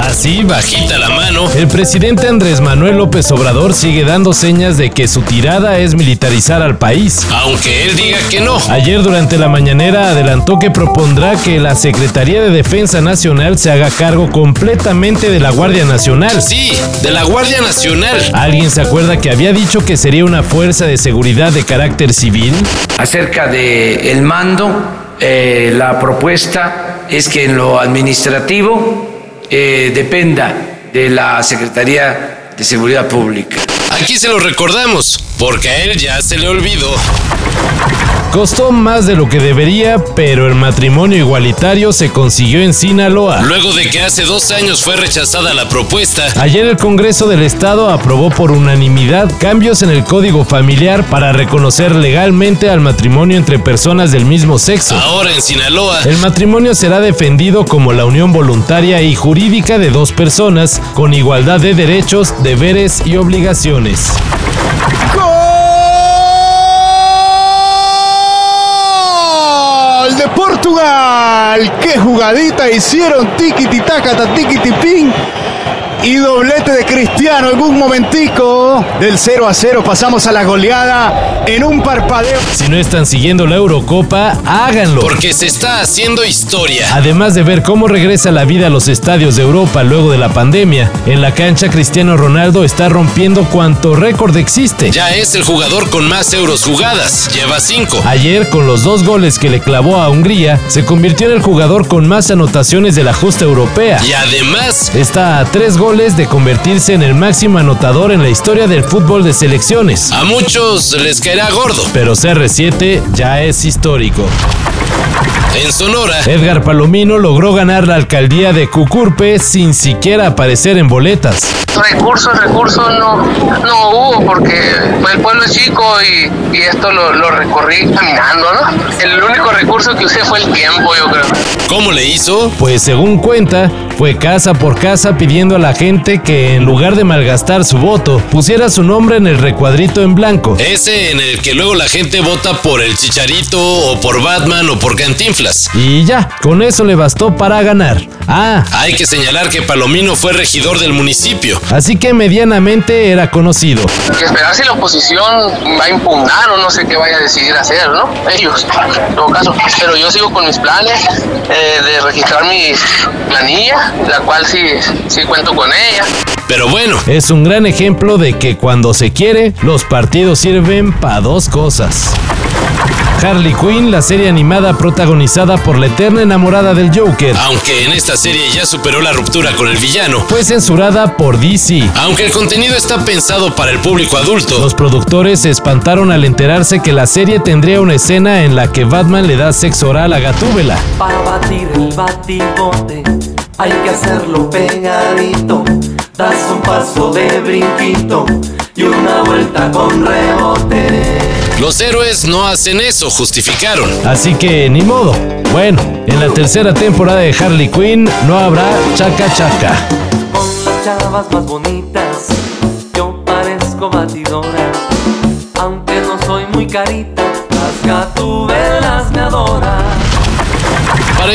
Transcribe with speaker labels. Speaker 1: Así, bajita la mano, el presidente Andrés Manuel López Obrador sigue dando señas de que su tirada es militarizar al país.
Speaker 2: Aunque él diga que no.
Speaker 1: Ayer durante la mañanera adelantó que propondrá que la Secretaría de Defensa Nacional se haga cargo completamente de la Guardia Nacional.
Speaker 2: Sí, de la Guardia Nacional.
Speaker 1: ¿Alguien se acuerda que había dicho que sería una fuerza de seguridad de carácter civil?
Speaker 3: Acerca de el mando, eh, la propuesta es que en lo administrativo eh, dependa de la Secretaría de Seguridad Pública.
Speaker 2: Aquí se lo recordamos, porque a él ya se le olvidó.
Speaker 1: Costó más de lo que debería, pero el matrimonio igualitario se consiguió en Sinaloa.
Speaker 2: Luego de que hace dos años fue rechazada la propuesta,
Speaker 1: Ayer el Congreso del Estado aprobó por unanimidad cambios en el Código Familiar para reconocer legalmente al matrimonio entre personas del mismo sexo.
Speaker 2: ahora en Sinaloa,
Speaker 1: El matrimonio será defendido como la unión voluntaria y jurídica de dos personas con igualdad de derechos, deberes y obligaciones.
Speaker 4: ¡Gol de Portugal! ¡Qué jugadita hicieron! Tiquititaca, tiquitipín. Y doblete de Cristiano en un momentico. Del 0 a 0 pasamos a la goleada en un parpadeo.
Speaker 1: Si no están siguiendo la Eurocopa, háganlo.
Speaker 2: porque se está haciendo historia.
Speaker 1: Además de ver cómo regresa la vida a los estadios de Europa luego de la pandemia, en la cancha Cristiano Ronaldo está rompiendo cuanto récord existe.
Speaker 2: Ya es el jugador con más euros jugadas, lleva cinco.
Speaker 1: Ayer, con los dos goles que le clavó a Hungría, se convirtió en el jugador con más anotaciones de la justa europea.
Speaker 2: Y además,
Speaker 1: Está a tres goles de convertirse en el máximo anotador en la historia del fútbol de selecciones.
Speaker 2: a muchos les caerá gordo.
Speaker 1: Pero CR7 ya es histórico.
Speaker 2: En Sonora,
Speaker 1: Edgar Palomino logró ganar la alcaldía de Cucurpe sin siquiera aparecer en boletas.
Speaker 5: recursos, recursos no, no hubo porque pues, el pueblo es chico y, y esto lo, lo recorrí caminando, ¿no? El único recurso que usé fue el tiempo, yo creo.
Speaker 2: ¿cómo le hizo?
Speaker 1: Pues según cuenta, fue casa por casa pidiendo a la gente que en lugar de malgastar su voto, pusiera su nombre en el recuadrito en blanco.
Speaker 2: Ese en el que luego la gente vota por el chicharito o por Batman o por Cantinflas.
Speaker 1: Y ya, con eso le bastó para ganar. Ah,
Speaker 2: Hay que señalar que Palomino fue regidor del municipio.
Speaker 1: así que medianamente era conocido.
Speaker 5: Que esperar si la oposición va a impugnar o no sé qué vaya a decidir hacer, ¿no? Ellos, en todo caso. Pero yo sigo con mis planes eh, de registrar mi planilla, la cual sí, sí cuento con ella.
Speaker 2: Pero bueno,
Speaker 1: Es un gran ejemplo de que cuando se quiere, los partidos sirven para dos cosas. Harley Quinn, la serie animada protagonizada por la eterna enamorada del Joker,
Speaker 2: aunque en esta serie ya superó la ruptura con el villano,
Speaker 1: fue censurada por DC.
Speaker 2: aunque el contenido está pensado para el público adulto,
Speaker 1: Los productores se espantaron al enterarse que la serie tendría una escena en la que Batman le da sexo oral a Gatúbela.
Speaker 6: Para batir el batibote hay que hacerlo pegadito. Das un paso de brinquito y una vuelta con rebote.
Speaker 2: los héroes no hacen eso, justificaron.
Speaker 1: Así que ni modo. Bueno, en la tercera temporada de Harley Quinn no habrá chaca chaca.
Speaker 6: Con las chavas más bonitas yo parezco batidora. Aunque no soy muy carita, las gatubelas me adoran.
Speaker 2: Para